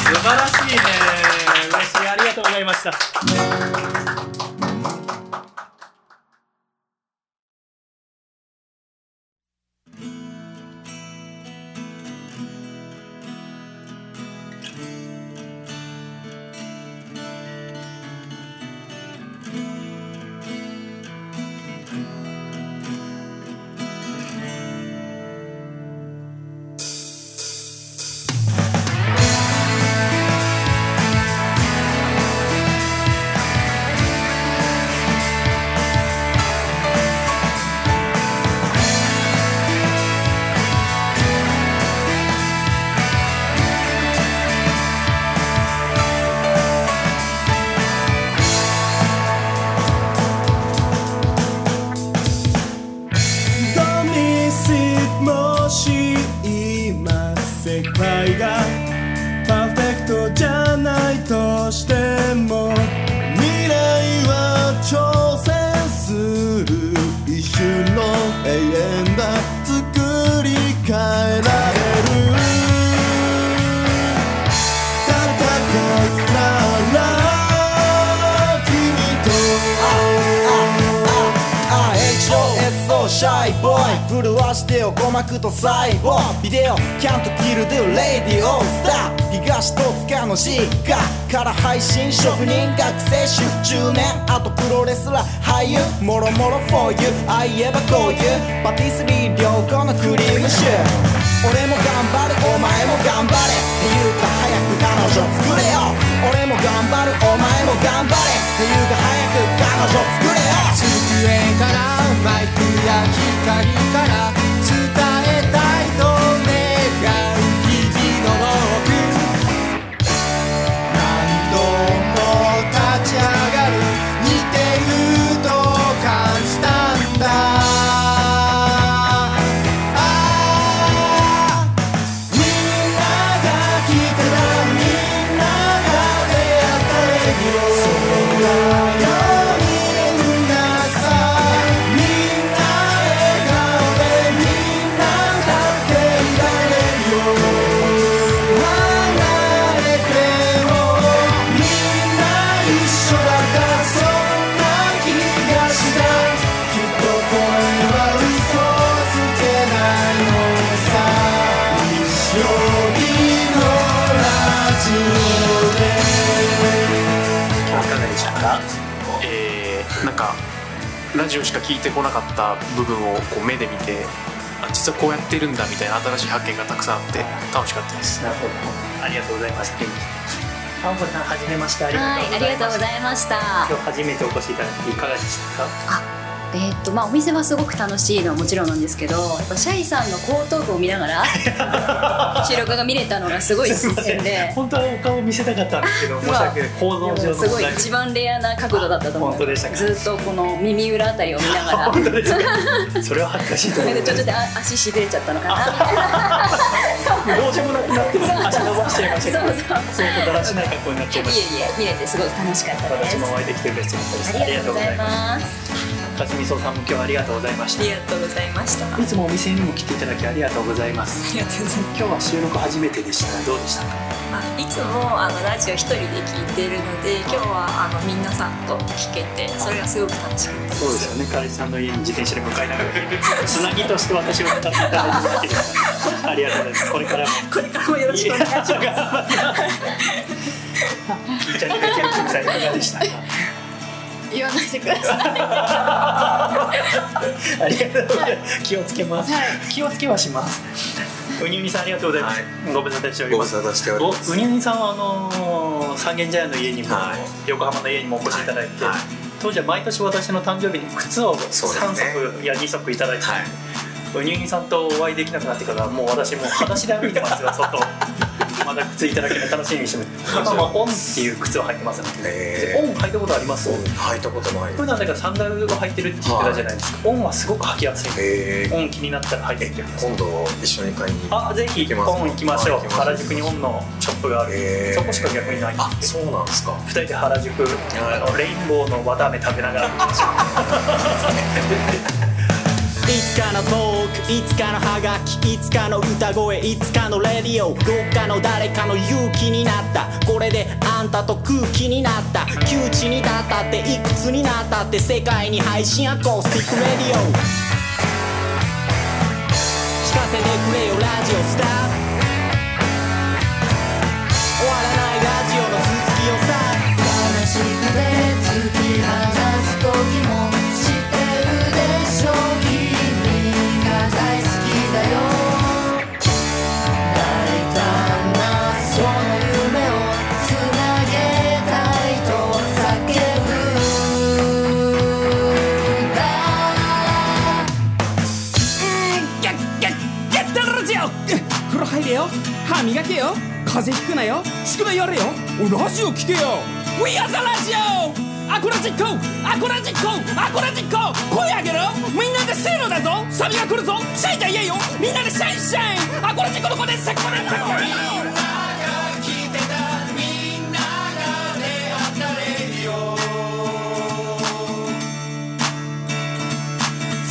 素晴らしいね嬉しいありがとうございました
と見せもし今世界がパーフェクトじゃないとしても未来は挑戦する一瞬の永遠だ作り変えられる戦いなら君と
RHOSO シャイボーイ震わしてよ鼓膜と細胞ビデオキャンとキルデュレディオスター東戸塚の実家から配信職人学生主婦10年あとプロレスラー俳優もろもろ for you あいえばこういうパティスリー良好のクリームシュー俺も頑張るお前も頑張れっていうか早く彼女作れよ俺も頑張るお前も頑張れっていうか早く彼女作れよ
机からマイクや光から伝えたいと願う日々の僕何度も立ち上がる似てると感じたんだああみんなが来たらみんなが出会ったレディオみんな笑顔で見
から、えーなんかラジオしか聞いてこなかった部分をこう目で見てあ実はこうやってるんだみたいな新しい発見がたくさんあって楽しかったです
なるほどありがとうございますあんこさんはじめましてあり
はい、ありがとうご
ます
ざいました。
今日初めてお越しいただいていかがでしたか
えーっとまあお店はすごく楽しいのはもちろんなんですけど、やっぱシャイさんの後頭部を見ながら 収録が見れたのがすごい新鮮 で、
本当はお顔を見せたかったんですけど申し訳ない構造
もう
上の
すご
問
い
題
一番レアな角度だったと思う。
本当でしたか
ずっとこの耳裏あたりを見ながら、
本当です かそれは恥ずかしいと
そ
思
れ
う
でちょっとであ足しびれちゃったのかなみたいな。
どうしようもなくなって足伸ばしちゃいましたけ
そ
ど
うそう。
相当だらしない格好になっちゃいま
い
し
えいえ見れてすごく楽しかったたで
私
す。
もお会いできて嬉しかったです
ありがとうございます。
すかすみそうさんも今日はありがとうございまし
あ
た
りがとうございました。あ
いつもお店にも来ていただきありがとうございます
りがとうございます。
今日は収録初めてでしたがどうでしたか
あいつもあのラジオ一人で聞いてるので今日はあのみんなさんと聞けてそれがすごく楽しかった
そうですよね彼氏さんの家に自転車で向かいながらつなぎとして私を語っていただいてるわけですからありがとうございますこれからも
これからもよろしくお願い します
金ちゃんにできる金さんいかがでしたか
言わないでください。
ありがとうございます。気をつけます。気をつけはします。うにうにさんありがとうございます。ご無沙汰しており
ご
ま
無
す。
沙汰しておりま
お
す
うにうにさんはあのー三軒茶屋の家にも、
はい
横浜の家にもお越しいただいて、
はい
当時は毎年私の誕生日に靴を
そう
三
ですね
足、いや二足いただいて、
はいう
にうにさんとお会いできなくなってからもう私もう裸足で歩いてますよ外。まだ靴いただけるの楽しみにしてます。今はオンっていう靴を履いてますので、
へー
オン履いたことあります。
履いたことない
普段だからサンダルを履いてるって言ってたじゃないですか。オンはすごく履きやすい。
えー
オン気になったら入ってきてください
今度一緒に買いに
あぜひ
行き
オ
ます
ン行きましょう
はい行きます
原宿にオンのショップがある
へー
そこしか逆にない
あそうなんですか
2人で原宿
なる
あ
ほ
の
ど
レインボーの綿あめ食べながら
いつかのトークいつかのハガキいつかの歌声いつかのレディオどっかの誰かの勇気になったこれであんたと空気になった窮地に立ったっていくつになったって世界に配信アコースティックレディオ聞かせてくれよラジオスター終わらないラジオの続きをさ
ギャッギャッギャッてラジオ風呂入れよ歯磨けよ風邪ひくなよ宿題やれよラジオ聞けよ We are the ラジオアコラジッコアコラジッコアコラジッコ声上げろみんなでせーのだぞサビが来るぞシャイじゃ言えよみんなでシャイシャイアコラジッコの子でセクハラだろ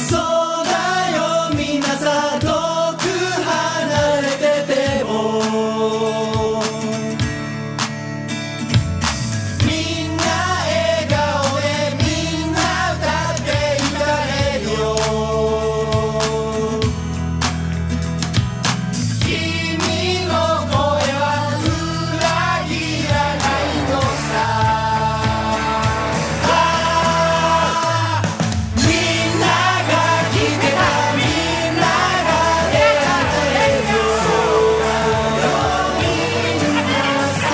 そうだよみんなさ遠く離れててもみんな笑顔でみんな歌っていかれるよ君の声は裏切らないのさみんなが来てたみんなが出会ってるよみんなさ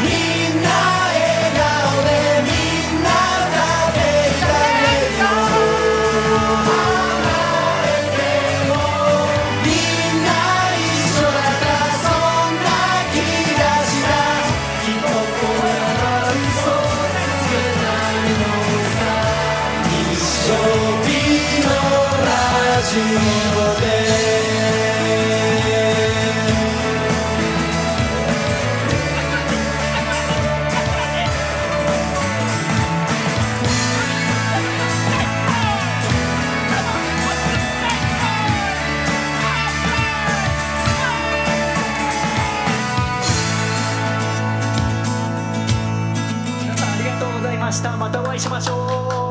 みんな笑顔でみんな歌っていたれるよみんな一緒だったそんな気がしたきっとこれは嘘つけないのさ一生日のラジオで
皆さんありがとうございましたまたお会いしましょう